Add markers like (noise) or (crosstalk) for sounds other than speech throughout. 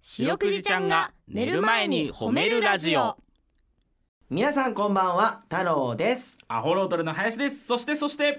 白くじちゃんが寝る前に褒めるラジオ皆さんこんばんは太郎ですアホロートルの林ですそしてそしては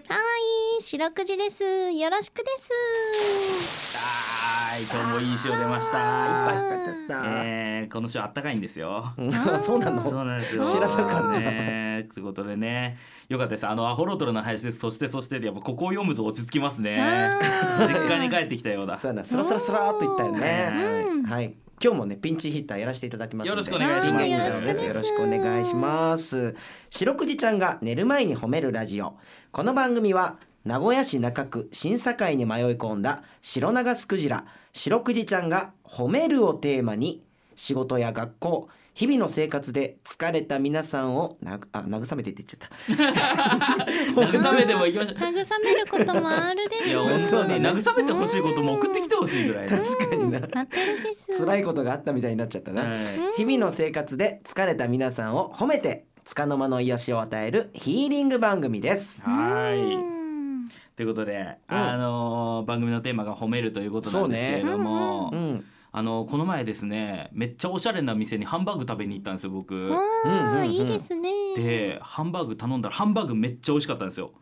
い、白くじです。よろしくです。はーい今日もいい潮出ましいっぱいた買っちゃった、えー、この潮あったかいんですようん (laughs) そうなのそうなんですよ知らなかったねということでねよかったですあのアホロートルの林ですそしてそしてでやっぱここを読むと落ち着きますねあー実家に帰ってきたようだそうやなスラスラスラーっといったよね、うんはい今日もねピンチヒッターやらせていただきますよのでろしくお願いしますピンチヒッターですよよろろししくくおお願願いいしします白くじちゃんが寝る前に褒めるラジオこの番組は名古屋市中区新堺に迷い込んだ白長スクジラ白くじちゃんが褒めるをテーマに仕事や学校日々の生活で疲れた皆さんをなぐあ慰めてって言っちゃった慰めても行きましょう慰めることもあるです。いや本当に慰めてほしいことも送ってきてほしいぐらいです確かにななってるです。辛い。いことがあったみたいになっちゃったな、はい日々の生活で疲れた皆さんを褒めて束の間の癒しを与えるヒーリング番組です。はうーいん。ということで、あのー番組のテーマが褒めるということなんですけれども、うん、うん、あのこの前ですねめっちゃおしゃれな店にハンバーグ食べに行ったんですよ僕。わうんうんうあ、んいいですね。でハンバーグ頼んだらハンバーグめっちゃ美味しかったんですよ。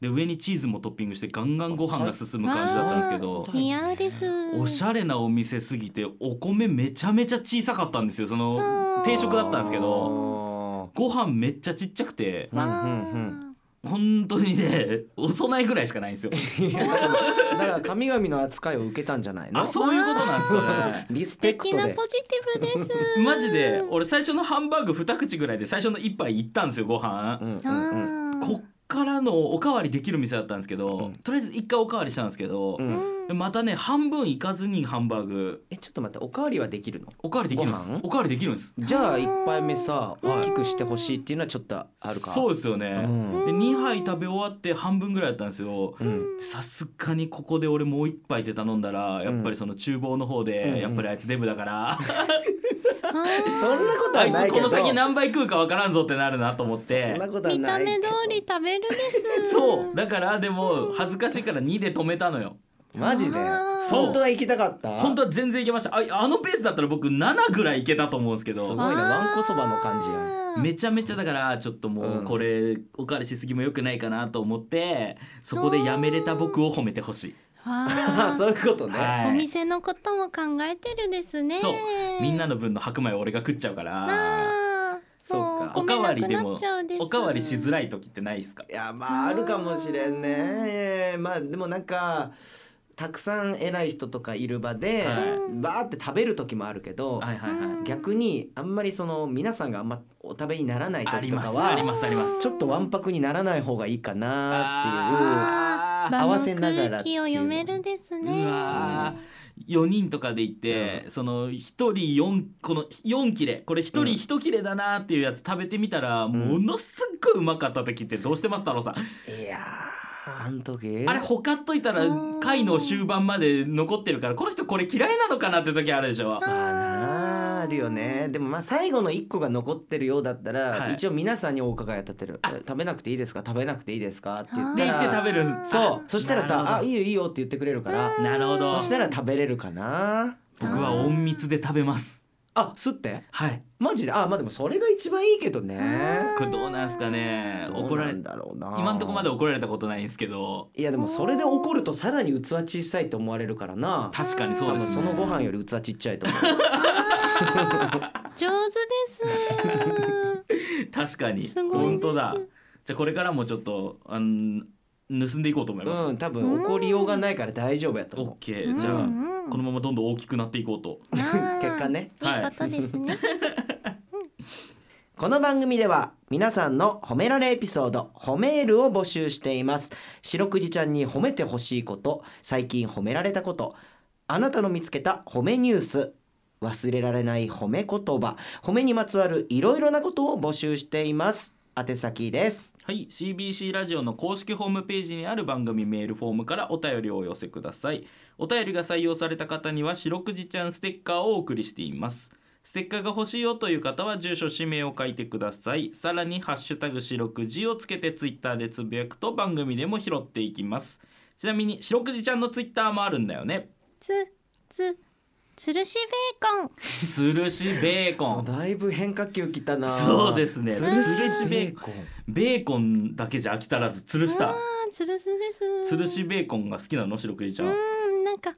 で上にチーズもトッピングしてガンガンご飯が進む感じだったんですけどわあ似合うです。おしゃれなお店すぎてお米めちゃめちゃ小さかったんですよそのうん定食だったんですけどど、ご飯めっちゃちっちゃくてうんわあうん本当にねお供えぐらいしかないんですよ。だから神々の扱いを受けたんじゃないのあ？そういうことなんですかね。リス素ペク敵トなで。ポジティブです。マジで俺最初のハンバーグ二口ぐらいで最初の一杯いったんですよご飯、うんうんあうんーこっからのおかわりできる店だったんですけど、うんとりあえず一回おかわりしたんですけど、うう。んん。またね半分いかずにハンバーグえちょっと待っておかわりはできるの？おかわりできるんですご飯おかわりできるんですじゃああ一ー杯目さ大きくしてほしいっていうのはちょっとあるか。そうう。ですよね、ん。で2杯食べ終わって半分ぐらいだったんですようん。さすがにここで俺もう一杯って頼んだらやっぱりその厨房の方うんでやっぱりあいつデブだから、あそんなことあはいなついけこど。の先何杯食うかわからんぞってなるなと思っそてんなことーは見たないけ目ど。通り食べるです。 (laughs) そうだからでも恥ずかしいから2で止めたのよマジであー。そう本当は行きたかった。本当は全然いけましたああのペースだったら僕7ぐらいいけたと思うんですけすどごいねあーわんこそばの感じやんめちゃめちゃだからちょっともうんうこれおかわりしすぎも良くないかなと思ってそこでやめれた僕を褒めてほしい、わ (laughs) あ (laughs) そういうことね、はい、お店のことも考えてるですね。そうみんなの分の白米を俺が食っちゃうからああ、そうもかごおめかんわなりでくなもっちゃうですおかわりしづらい時ってないですかいやまああるかもしれあんーねまあでもなんかたくさん偉い人とかいる場で、はバーって食べる時もあるけど、はいはいはい、うん逆にあんまりその皆さんがあんまお食べにならないあり時とまかすありはますありますちょっとわんぱくにならない方がいいかなっあー場合わのせながら空気を読めるですうね。わ4人とかで行って、その1人4この4切れこれ1人うん1切れだなっていうやつ食べてみたら、ものすっごいうまかった時ってどうしてます太郎さん、ていう、いやーあん時あれほかっといたらうん回の終盤まで残ってるからこの人これ嫌いなのかなって時あるでしょ。まあなああるよねでもまあ最後の1個が残ってるようだったら、はい一応皆さんにお伺い立てる「え食べなくていいですか食べなくていいですか?」って言っでた行らって食べるあーそうそしたならるほさ「どあいいよいいよ」って言ってくれるからなるほどそしたら食べれるかな僕は隠密で食べますあすってはいマジであまあでもそれが一番いいけどねこれどうなんすかねどうなん怒られだろうな今んとこまで怒られたことないんですけどいやでもそれで怒るとさらに器小さいって思われるからな確かにそう多で分す、ね、そのご飯より器ちっちゃいと思う上手 (laughs) で (laughs) 確かにすごいです本当だじゃあこれからもちょっとあの盗んでいこうと思います、うん多分怒りようがないから大丈夫やとオ思ッうケうーんじゃあ、うんこのままどんどん大きくなっていこうとす。あ (laughs) ー結果ねいいことですね。この番組では皆さんの褒められエピソード褒めールを募集しています白くじちゃんに褒めてほしいこと最近褒められたことあなたの見つけた褒めニュース忘れられない褒め言葉褒めにまつわるいろいろなことを募集しています宛先ですはい、CBC ラジオの公式ホームページにある番組メールフォームからお便りをお寄せくださいお便りが採用された方には白くじちゃんステッカーをお送りしていますステッカーが欲しいよという方は住所氏名を書いてくださいさらにハッシュタグ白くじをつけてツイッターでつぶやくと番組でも拾っていきますちなみに白くじちゃんのツイッターもあるんだよねつつ吊るしベーコン吊るしベーコンだいぶ変化球きたなそうですねつるつるししベベーーコンベーコンだけじゃ飽き足らず吊るしあたー吊るしです吊るしベーコンが好きなの白くじちゃんうんなんか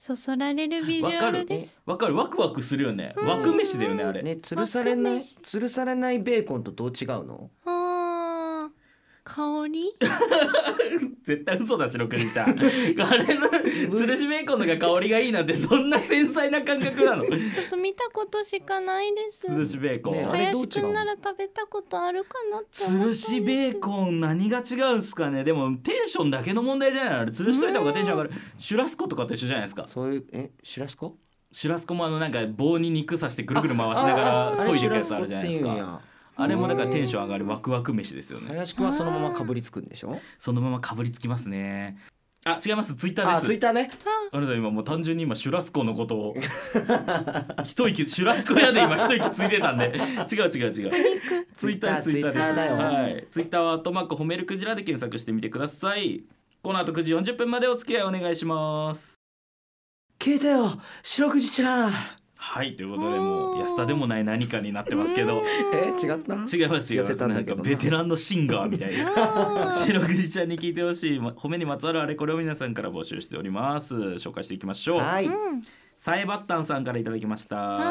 そそられるビジわュアかルるですわかるワクワクするよねワク飯だよねあれ、ね吊るされないわかんないし吊るされないベーコンとどう違うのあー香り (laughs) 絶対嘘だ白くじちゃん (laughs) あれの吊るしベーコンのが香りがいいなんてそんな繊細な感覚なの吊ちょっと見たことしかないでするしベーコン、ねあれどう違う林のくんなら食べたことあるかなって思ったん吊でるすしベーコン何が違うんすかねでもテンションだけの問題じゃないのあれ吊るしといた方がテンション上がるシュラスコとかと一緒じゃないですかそういうえシュラスコシュラスコもあのなんか棒に肉刺してぐるぐる回しながあらー削いでいくやつあるじゃないですシュラスコってかあれもなんかテンション上がるワクワク飯ですよ言うんねや林くんはそのままかぶりつくんでしょそのままかぶりつきますねあ違いますツイッターあツでイッすターねあなた今もう単純に今シュラスコのことを一息シュラスコ屋で今一息ついてたんで違う違う違うツイッターツイッターですツイッターだよはい、ツイッターはアットマーク褒めるクジラで検索してみてくださいこの後9時40分までお付き合いお願いします消えたよ白くじちゃんはいということでもう安田でもない何かになってますけどえ違った違います違いま痩せたすんなだんけどなかベテランのシンガーみたいですあー白くじちゃんに聞いてほしいま褒めにまつわるあれこれを皆さんから募集しております紹介していきましょうはいうんサイバッタンさんからいただきましたあ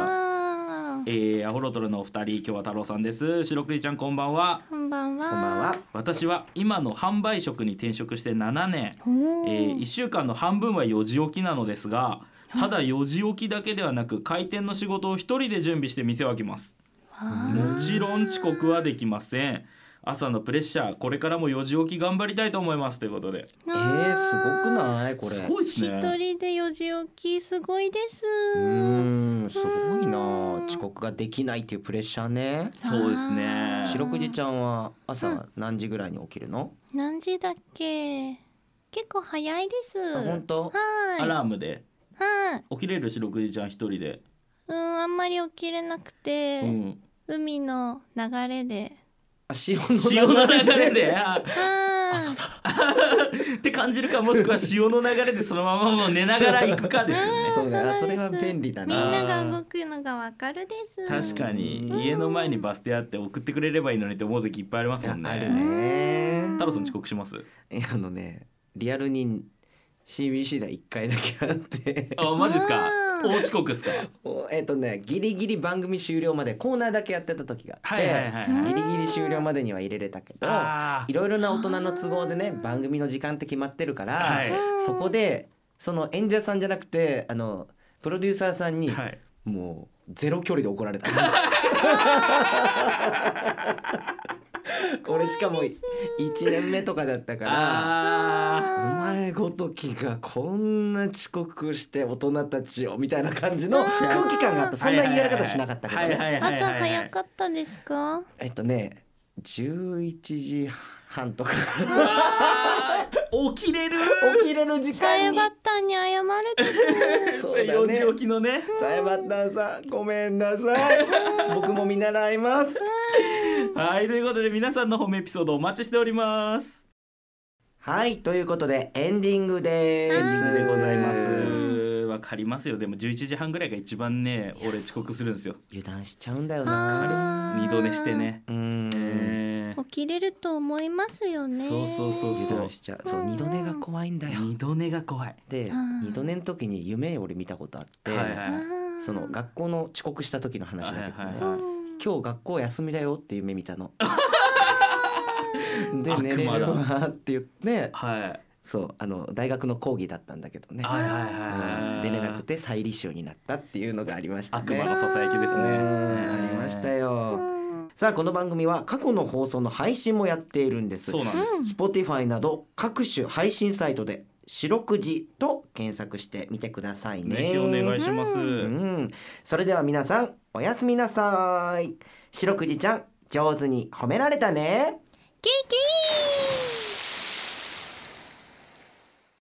ーえー、アホロトルのお二人今日は太郎さんです白くじちゃんこんばんはこんばんはこんばんは私は今の販売職に転職して7年、おえー1週間の半分は4時起きなのですがただ4時起きだけではなく開店の仕事を一人で準備して店を開けますあーもちろん遅刻はできません朝のプレッシャーこれからも4時起き頑張りたいと思いますということでえー、すごくないこれすごいです一ね人で四時起きすごいです。うーんすごいなうん遅刻ができないっていうプレッシャーねそうですね白くじちゃんは朝何時ぐらいに起きるの、何時だっけ？結構早いです。あ本当はーい。アラームではい。起きれる白くじちゃん一人で、うんあんまり起きれなくて、うん、海の流れで。あ潮潮のの流れ流れであはーって感じるかもしくは潮の流れでそのままもう寝ながら行くかですよねそうだなんあですそれは便利だみんななが動くのがわかるです。確かにうん家の前にバス停あって送ってくれればいいのにって思う時いっぱいありますもんねあるね太郎さん遅刻しますえあのねリアルに CBC で一回だけあってあマジですかう大遅刻ですかおえっ、とねギリギリ番組終了までコーナーだけやってた時があって、はいはいはいはいギリギリ終了までには入れれたけどあいろいろな大人の都合でね番組の時間って決まってるから、あはいそこでその演者さんじゃなくてあのプロデューサーさんに、はいもうゼロ距離で怒ら (laughs) れた俺しかも1年目とかだったからあお前ごときがこんな遅刻して大人たちをみたいな感じの空気感があっーたそんな言いやり方しなかったけどはいはねいはいはい朝はいはい早かったですか？えっとね11時半 (laughs) とか起きれる起きれる時サ間イにバッターに謝るです。 (laughs) そうだね4時起きのねサイバッターさんごめんなさい僕も見習いますはいということで皆さんの褒めエピソードお待ちしておりますはいということでエンディングですエンディングでございまうすーわかりますよでも11時半ぐらいが一番ね俺遅刻するんですよ油断しちゃうんだよなあー二度寝して。ねうーんえー起きれると思いますよね。そうそうそう油断しちゃうそううん二度寝が怖いんだよ二度寝が怖いでうん二度寝の時に夢俺見たことあって、はいはいあーその学校の遅刻した時の話だけどね、はいはいうんはい今日学校休みだよって夢見た (laughs) ので悪魔だ寝れるわって言ってはいはいそうあの大学の講義だったんだけどね、はいうんはい出れなくて再履修になったっていうのがありましたね悪魔のささやきですうんねありましたよ、うんさあこの番組は過去の放送の配信もやっているんですそうなんです、うん Spotify など各種配信サイトで「白くじ」と検索してみてくださいねぜひお願いします、うん、それでは皆さんおやすみなさい白くじちゃん上手に褒められたねキーキー